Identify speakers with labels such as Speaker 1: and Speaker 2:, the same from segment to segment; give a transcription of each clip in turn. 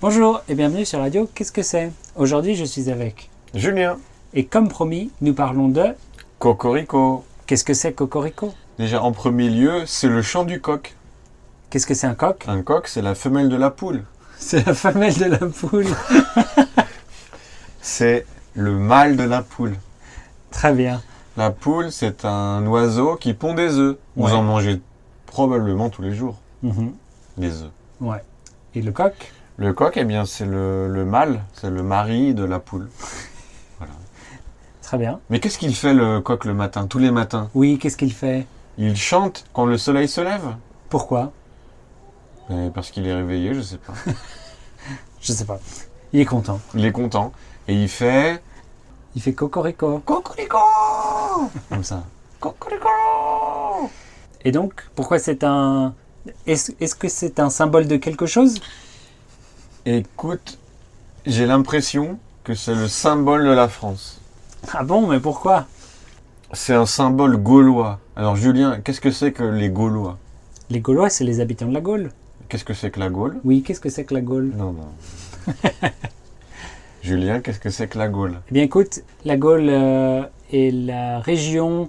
Speaker 1: Bonjour et bienvenue sur Radio Qu'est-ce que c'est Aujourd'hui, je suis avec.
Speaker 2: Julien,
Speaker 1: Et comme promis, nous parlons de.
Speaker 2: Cocorico.
Speaker 1: Qu'est-ce que c'est Cocorico
Speaker 2: Déjà en premier lieu, c'est le chant du coq.
Speaker 1: Qu'est-ce que c'est un coq
Speaker 2: Un coq, c'est la femelle de la poule.
Speaker 1: C'est la femelle de la poule.
Speaker 2: C'est le mâle de la poule.
Speaker 1: Très bien.
Speaker 2: La poule, c'est un oiseau qui pond des œufs. Vous
Speaker 1: Ouais.
Speaker 2: en mangez probablement tous les jours,
Speaker 1: Mhm.
Speaker 2: des œufs.
Speaker 1: Ouais. Et le coq
Speaker 2: Le coq, eh bien, c'est le, le mâle, c'est le mari de la poule.
Speaker 1: Très bien.
Speaker 2: Mais qu'est-ce qu'il fait le coq le matin, tous les matins
Speaker 1: Oui, qu'est-ce qu'il fait
Speaker 2: Il chante quand le soleil se lève
Speaker 1: Pourquoi
Speaker 2: Euh, Parce qu'il est réveillé, je sais pas.
Speaker 1: Je sais pas. Il est content.
Speaker 2: Il est content. Et il fait...
Speaker 1: Il fait Cocorico.
Speaker 2: Cocorico Comme ça. Cocorico
Speaker 1: Et donc, pourquoi c'est un. Est-ce est-ce que c'est un symbole de quelque chose
Speaker 2: Écoute, j'ai l'impression que c'est le symbole de la France.
Speaker 1: Ah bon, mais pourquoi
Speaker 2: C'est un symbole gaulois. Alors Julien, qu'est-ce que c'est que les Gaulois
Speaker 1: Les Gaulois, c'est les habitants de la Gaule.
Speaker 2: Qu'est-ce que c'est que la Gaule
Speaker 1: Oui, qu'est-ce que c'est que la Gaule
Speaker 2: Non, non. Julien, qu'est-ce que c'est que la Gaule
Speaker 1: Eh bien, écoute, la Gaule euh, est la région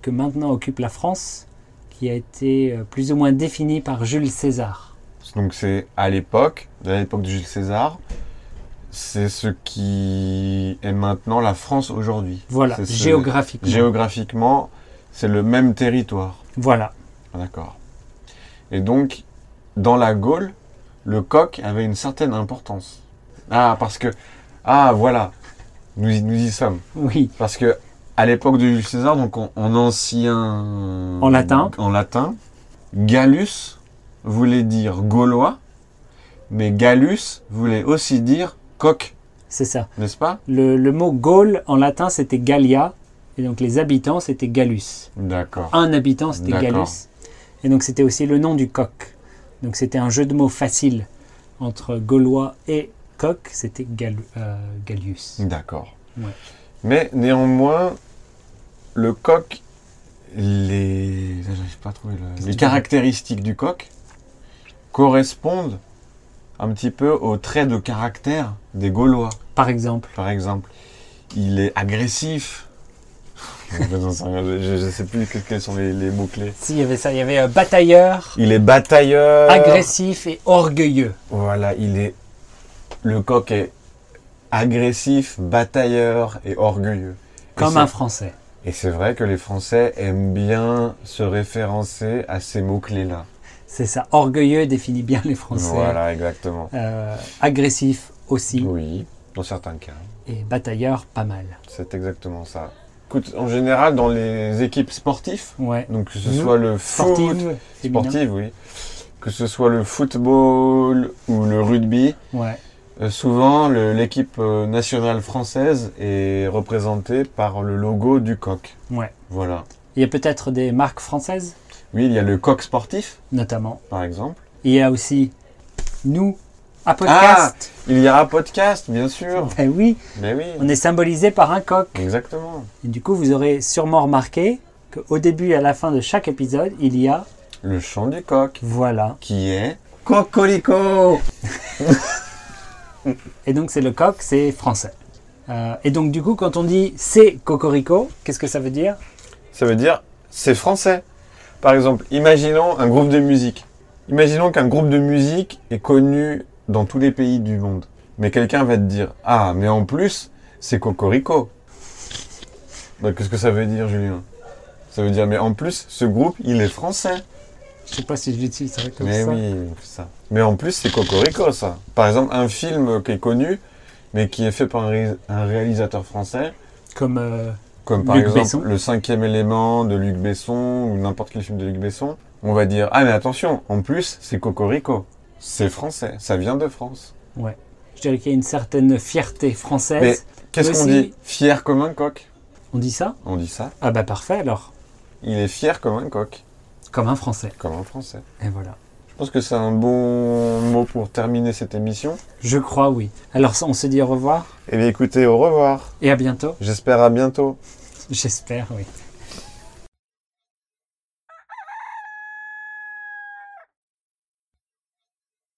Speaker 1: que maintenant occupe la France, qui a été euh, plus ou moins définie par Jules César.
Speaker 2: Donc c'est à l'époque, à l'époque de Jules César, c'est ce qui est maintenant la France aujourd'hui.
Speaker 1: Voilà,
Speaker 2: C'est ce-
Speaker 1: géographiquement.
Speaker 2: Géographiquement, c'est le même territoire.
Speaker 1: Voilà,
Speaker 2: Ah, D'accord. Et donc, dans la Gaule, le coq avait une certaine importance. Ah, parce que. Ah, voilà. Nous y, nous y sommes.
Speaker 1: oui,
Speaker 2: Parce que, à l'époque de Jules César, donc en, en ancien.
Speaker 1: En latin.
Speaker 2: En latin, Gallus voulait dire gaulois, mais Gallus voulait aussi dire coq,
Speaker 1: c'est ça.
Speaker 2: n'est-ce pas
Speaker 1: Le, le mot Gaule en latin, c'était Gallia, et donc les habitants, c'était Gallus.
Speaker 2: D'accord.
Speaker 1: Un habitant, c'était
Speaker 2: D'accord.
Speaker 1: Gallus. Et donc, c'était aussi le nom du coq. Donc, c'était un jeu de mots facile entre Gaulois et coq, c'était Gal- euh, Gallius.
Speaker 2: Mm. D'accord.
Speaker 1: Ouais.
Speaker 2: Mais néanmoins, le coq, les, Ah, j'arrive pas à trouver le-
Speaker 1: Qu'est-ce que
Speaker 2: les
Speaker 1: tu
Speaker 2: caractéristiques du coq correspondent un petit peu aux traits de caractère des Gaulois,
Speaker 1: Par exemple,
Speaker 2: par exemple. Il est agressif. je, n'en sais rien, je- je sais plus que- quels sont les, les mots-clés.
Speaker 1: s'il y avait ça, il y avait euh, batailleur.
Speaker 2: Il est batailleur.
Speaker 1: agressif et orgueilleux.
Speaker 2: Voilà, il est. Le coq est agressif, batailleur et orgueilleux. Et
Speaker 1: Comme
Speaker 2: c'est-
Speaker 1: un Français.
Speaker 2: Et c'est vrai que les Français aiment bien se référencer à ces mots-clés-là.
Speaker 1: C'est ça. Orgueilleux définit bien les Français.
Speaker 2: Voilà, exactement.
Speaker 1: Euh, agressif aussi.
Speaker 2: Oui, dans certains cas,
Speaker 1: Et batailleur, pas mal.
Speaker 2: c'est exactement ça. Écoute, en général, dans les équipes sportives,
Speaker 1: Ouais.
Speaker 2: donc que ce
Speaker 1: Mhm.
Speaker 2: soit le foot,
Speaker 1: Sportive. féminin.
Speaker 2: sportive, oui, que ce soit le football ou le rugby,
Speaker 1: Ouais.
Speaker 2: euh, souvent le- l'équipe euh, nationale française est représentée par le logo du coq.
Speaker 1: Ouais.
Speaker 2: Voilà.
Speaker 1: Il y a peut-être des marques françaises,
Speaker 2: Oui, il y a le coq sportif,
Speaker 1: notamment.
Speaker 2: par exemple.
Speaker 1: Il y a aussi nous, à podcast.
Speaker 2: Il y a un podcast, bien Ah, sûr.
Speaker 1: Ben oui,
Speaker 2: Mais oui.
Speaker 1: on est symbolisé par un coq.
Speaker 2: Exactement.
Speaker 1: Et du coup, vous aurez sûrement remarqué qu'au début et à la fin de chaque épisode, il y a,
Speaker 2: Le chant du coq,
Speaker 1: voilà.
Speaker 2: qui est Cocorico.
Speaker 1: Et donc, c'est le coq, c'est français. Euh, et donc, du coup, quand on dit c'est cocorico, qu'est-ce que ça veut dire
Speaker 2: Ça veut dire c'est français. Par exemple, imaginons un groupe de musique. Imaginons qu'un groupe de musique est connu dans tous les pays du monde. Mais quelqu'un va te dire Ah, mais en plus, c'est Cocorico. Donc, qu'est-ce que ça veut dire, Julien Ça veut dire Mais en plus, ce groupe, il est français.
Speaker 1: Je sais pas si je l'utiliserais comme
Speaker 2: mais
Speaker 1: ça.
Speaker 2: oui, ça. Mais en plus, c'est Cocorico, ça. Par exemple, un film qui est connu, mais qui est fait par un ré- un réalisateur français.
Speaker 1: Comme euh,
Speaker 2: Comme par
Speaker 1: Luc
Speaker 2: exemple
Speaker 1: Besson.
Speaker 2: le cinquième élément de Luc Besson ou n'importe quel film de Luc Besson, on va dire ah mais attention, en plus c'est Cocorico, c'est français, ça vient de France.
Speaker 1: je dirais qu'il y a une certaine fierté française.
Speaker 2: Qu'est-ce
Speaker 1: Mais
Speaker 2: qu'on
Speaker 1: si-
Speaker 2: dit Fier comme un coq.
Speaker 1: On dit ça
Speaker 2: On dit ça.
Speaker 1: Ah bah parfait alors.
Speaker 2: Il est fier comme un coq,
Speaker 1: Comme un français.
Speaker 2: comme un français.
Speaker 1: Et voilà.
Speaker 2: Je pense que c'est un bon mot pour terminer cette émission.
Speaker 1: Je crois oui. Alors on se dit au revoir
Speaker 2: Eh bien écoutez, au revoir.
Speaker 1: et à bientôt.
Speaker 2: J'espère à bientôt.
Speaker 1: J'espère oui.